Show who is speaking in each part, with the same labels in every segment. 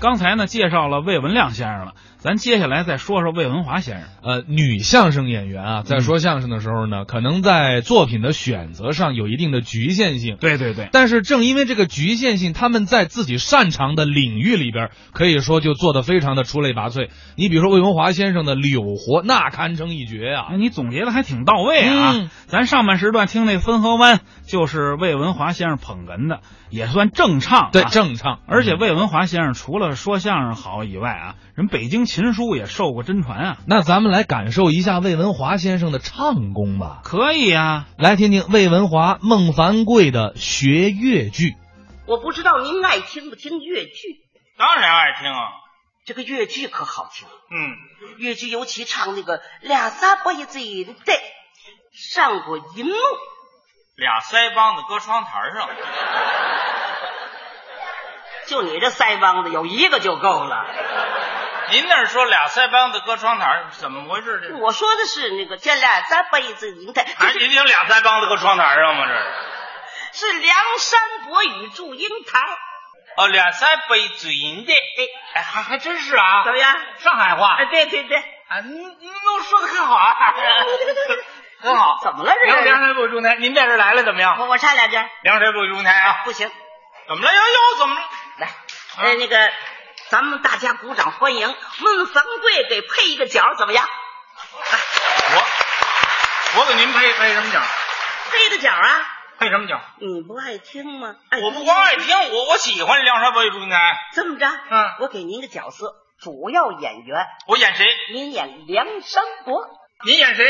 Speaker 1: 刚才呢介绍了魏文亮先生了，咱接下来再说说魏文华先生。
Speaker 2: 呃，女相声演员啊，在说相声的时候呢，可能在作品的选择上有一定的局限性。
Speaker 1: 对对对，
Speaker 2: 但是正因为这个局限性，他们在自己擅长的领域里边，可以说就做得非常的出类拔萃。你比如说魏文华先生的《柳活》，那堪称一绝啊
Speaker 1: 哎！你总结的还挺到位啊。
Speaker 2: 嗯
Speaker 1: 咱上半时段听那汾河湾，就是魏文华先生捧哏的，也算正唱、啊。
Speaker 2: 对，正唱，
Speaker 1: 而且魏文华先生除了说相声好以外啊，人北京琴书也受过真传啊。
Speaker 2: 那咱们来感受一下魏文华先生的唱功吧。
Speaker 1: 可以啊，
Speaker 2: 来听听魏文华、孟凡贵的学越剧。
Speaker 3: 我不知道您爱听不听越剧，
Speaker 4: 当然爱听啊。
Speaker 3: 这个越剧可好听。
Speaker 4: 嗯，
Speaker 3: 越剧尤其唱那个俩仨不一醉的，上过银幕，
Speaker 4: 俩腮帮子搁窗台上，
Speaker 3: 就你这腮帮子有一个就够了。
Speaker 4: 您那儿说俩腮帮子搁窗台上，怎么回事？这
Speaker 3: 我说的是那个这俩仨不一醉的，
Speaker 1: 哎
Speaker 4: 还您有俩腮帮子搁窗台上吗？这是
Speaker 3: 是梁山伯与祝英台，
Speaker 4: 哦，俩腮背嘴银的，哎，还还真是啊。
Speaker 3: 怎么样？
Speaker 4: 上海话
Speaker 3: 哎，对对对，
Speaker 4: 啊，您您都说的很好啊，很好。
Speaker 3: 怎么了这是
Speaker 4: 梁梁山伯与祝英台，您在这儿来了怎么样？
Speaker 3: 我我唱两句儿，
Speaker 4: 梁山伯与祝英台啊，
Speaker 3: 不行，
Speaker 4: 怎么了？又又怎么了？
Speaker 3: 来，呃，那个，咱们大家鼓掌欢迎孟凡贵给配一个角儿，怎么样？
Speaker 4: 哎我我给您配配什么奖？
Speaker 3: 配个角儿啊？
Speaker 4: 配什么奖？
Speaker 3: 你不爱听吗？哎
Speaker 4: 我不光爱听，我我喜欢梁山伯与祝英台。
Speaker 3: 这么着，
Speaker 4: 嗯
Speaker 3: 我给您个角色，主要演员，
Speaker 4: 我演谁？
Speaker 3: 您演梁山伯，
Speaker 4: 您演谁？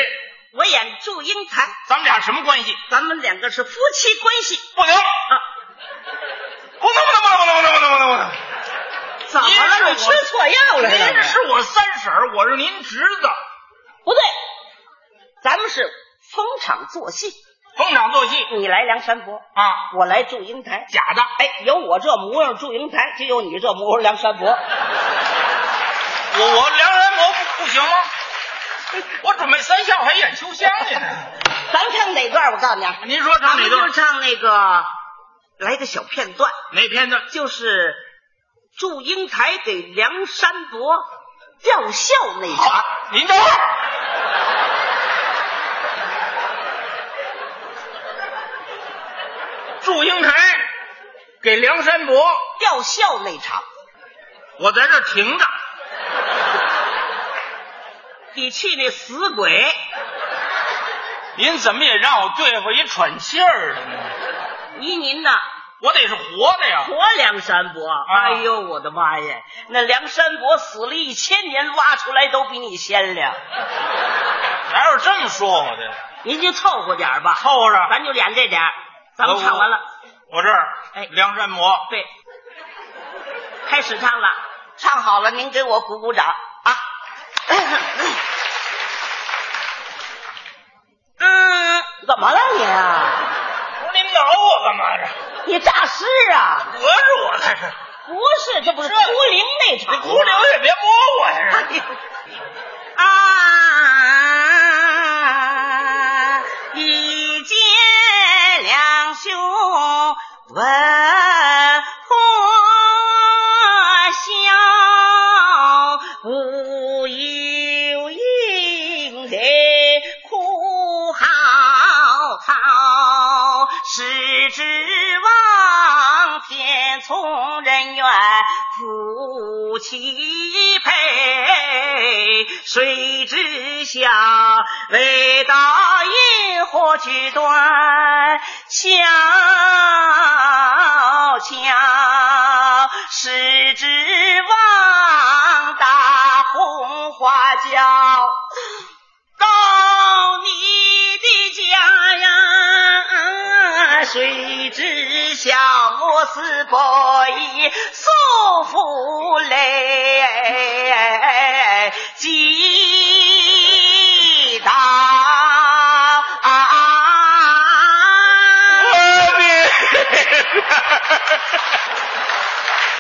Speaker 3: 我演祝英台，
Speaker 4: 咱们俩什么关系？
Speaker 3: 咱们两个是夫妻关系
Speaker 4: 不能。
Speaker 3: 啊？
Speaker 4: 不能不能不能不能不能不能不能！
Speaker 3: 怎么
Speaker 4: 您是
Speaker 3: 了？
Speaker 4: 我
Speaker 3: 你吃错药了？
Speaker 4: 您是我三婶儿，我是您侄子。
Speaker 3: 不对，咱们是逢场作戏，
Speaker 4: 逢场作戏
Speaker 3: 你来梁山伯，
Speaker 4: 啊，
Speaker 3: 我来祝英台。
Speaker 4: 假的。
Speaker 3: 哎，有我这模样祝英台，就有你这模样梁山 伯。
Speaker 4: 我我梁山伯不不行吗？我准备三笑还演秋香去呢。
Speaker 3: 咱唱哪段？我告诉你啊，
Speaker 4: 您说
Speaker 3: 咱
Speaker 4: 唱哪
Speaker 3: 们就
Speaker 4: 段？
Speaker 3: 唱那个，来个小片段。
Speaker 4: 哪片子？
Speaker 3: 就是祝英台给梁山伯吊孝那
Speaker 4: 好
Speaker 3: 场。，
Speaker 4: 您等会儿。祝英台给梁山伯，
Speaker 3: 吊孝那场，
Speaker 4: 我在这儿停着。
Speaker 3: 你去那死鬼，
Speaker 4: 您怎么也让我对付一喘气儿的呢？
Speaker 3: 依您呐，
Speaker 4: 我得是活的呀！
Speaker 3: 活梁山伯。
Speaker 4: 啊
Speaker 3: 哎呦，我的妈呀！那梁山伯死了一千年，挖出来都比你鲜亮。
Speaker 4: 哪有这么说我的？
Speaker 3: 您就凑合点吧，
Speaker 4: 凑合着，
Speaker 3: 咱就演这点儿。哦咱们唱完了，
Speaker 4: 我这儿，
Speaker 3: 哎
Speaker 4: 梁山伯，
Speaker 3: 对，开始唱了，唱好了，您给我鼓鼓掌啊！嗯，怎么了你啊？
Speaker 4: 不是您挠我干嘛这？
Speaker 3: 你诈尸啊？
Speaker 4: 讹着我这是，
Speaker 3: 不是，这不是孤零那场
Speaker 4: 你
Speaker 3: 吗
Speaker 4: 哭流也别摸我呀！
Speaker 3: 哎 呦啊，一见两兄闻欢笑，无有应人哭嚎啕，是指望天从人愿，夫妻配，谁知晓为道因祸去断，悄悄是指望大红花轿。到你的家呀，谁知晓我是伯夷素夫嘞？